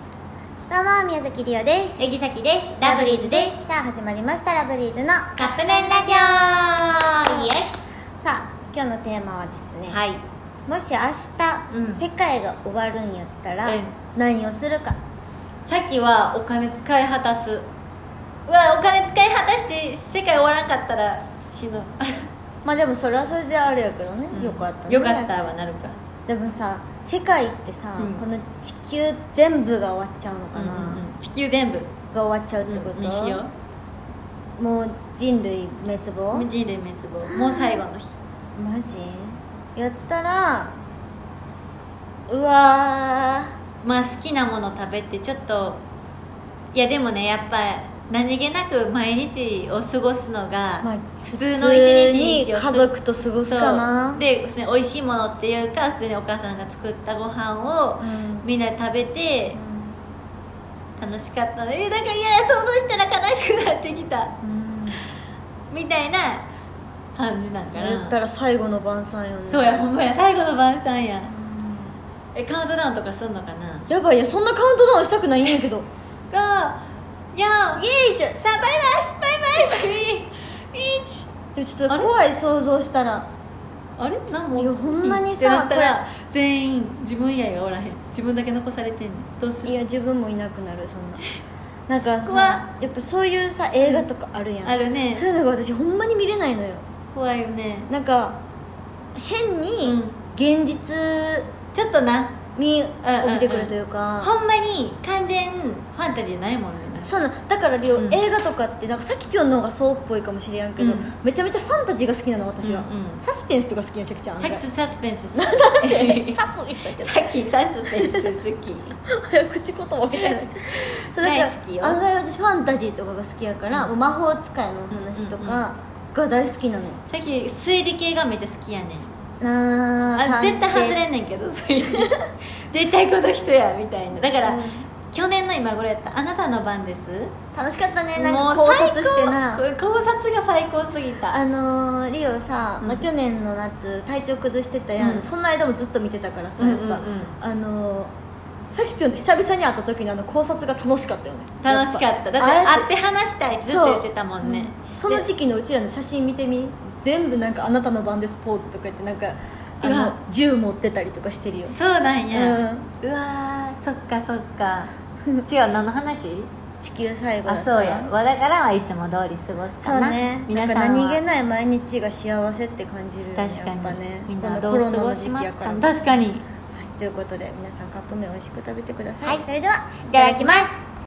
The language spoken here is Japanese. どうも宮崎りおです柳崎ですラブリーズですさあ始まりましたラブリーズのカップ麺ラジオイエさあ今日のテーマはですね、イはいもし明日、うん世界が終わるんやったら、うん何をするかさっきはお金使い果たすうわお金使い果たして世界終わらなかったら死ぬまあでもそれはそれであれやけどね、よかったねよかったはなるかでもさ世界ってさ、うんこの地球全部が終わっちゃうのかな、うんうんうん地球全部が終わっちゃうってこと、にしよもう人類滅う亡マ無人類滅亡もう最後の日ジやったらうわまあ好きなもの食べてちょっといやでもねやっぱ何気なく毎日を過ごすのがー、まあ、普通の一日普通にを家過ごす族と過ごすかなそうで普通に美味しいものっていうか普通にお母さんが作ったご飯をうんみんなで食べてう楽しかったのえなんかいや想像したら悲しくなってきたんみたいな感じなんか言っなたら最後の晩餐よねそうやほんまや最後の晩餐やうんえカウントダウンとかすんのかなやばいやそんなカウントダウンしたくないんやけどがいやイエイじゃさあバイバイバイバイイーチでもちょっと怖い想像したらあれ何もいやほんまにさってなったらこ全員自分以外がおらへん自分だけ残されてんねんどうするいや自分もいなくなるそんななんか怖さやっぱそういうさ映画とかあるやん、あるねそういうのが私ほんまに見れないのよ怖いよねなんか変に現実ちょっとなにうんうん帯びてくるというか、ほんまに完全ファンタジーないもんねそうなんだからりょううん映画とかってなんかさっきぴょんの方がそうっぽいかもしれんけど、うんめちゃめちゃファンタジーが好きなの私は、うんうんサスペンスとか好きなシャキちゃんサクスサスペンス好きサスみたいな さっきサスペンス好 き早口言葉みたいな大好きよ案外私ファンタジーとかが好きやから、もう魔法使いのお話とかが大好きなのよ、さっき推理系がめっちゃ好きやねんあーあ絶対外れ探偵んねんけど推理絶対この人やみたいなだから、うん去年の今頃やった「あなたの番です」楽しかったねもなうんか考最察してな高考察が最高すぎたあのー、リオさ、うんまあ、去年の夏体調崩してたやん、うんその間もずっと見てたからさうんやうっんぱ、うんあのーさきぴょんと久々に会った時のあの考察が楽しかったよね楽しかっただってあ会あって話したいってずっと言ってたもんねその時期のうちらの写真見てみ全部なんか「あなたの番です」ポーズとか言ってなんかあうのわ銃持ってたりとかしてるよそうなんや、うんうわーそっかそっか 違う何の話地球最後あだそうやわだからはいつも通り過ごすそかうなね皆さんなはんか何気ない毎日が幸せって感じるよね確かやっぱに、ねみんこなのどコうロ過ナのご時し期まやすからか確かにということで皆さんカップ麺美味しく食べてください、はいそれではいただきます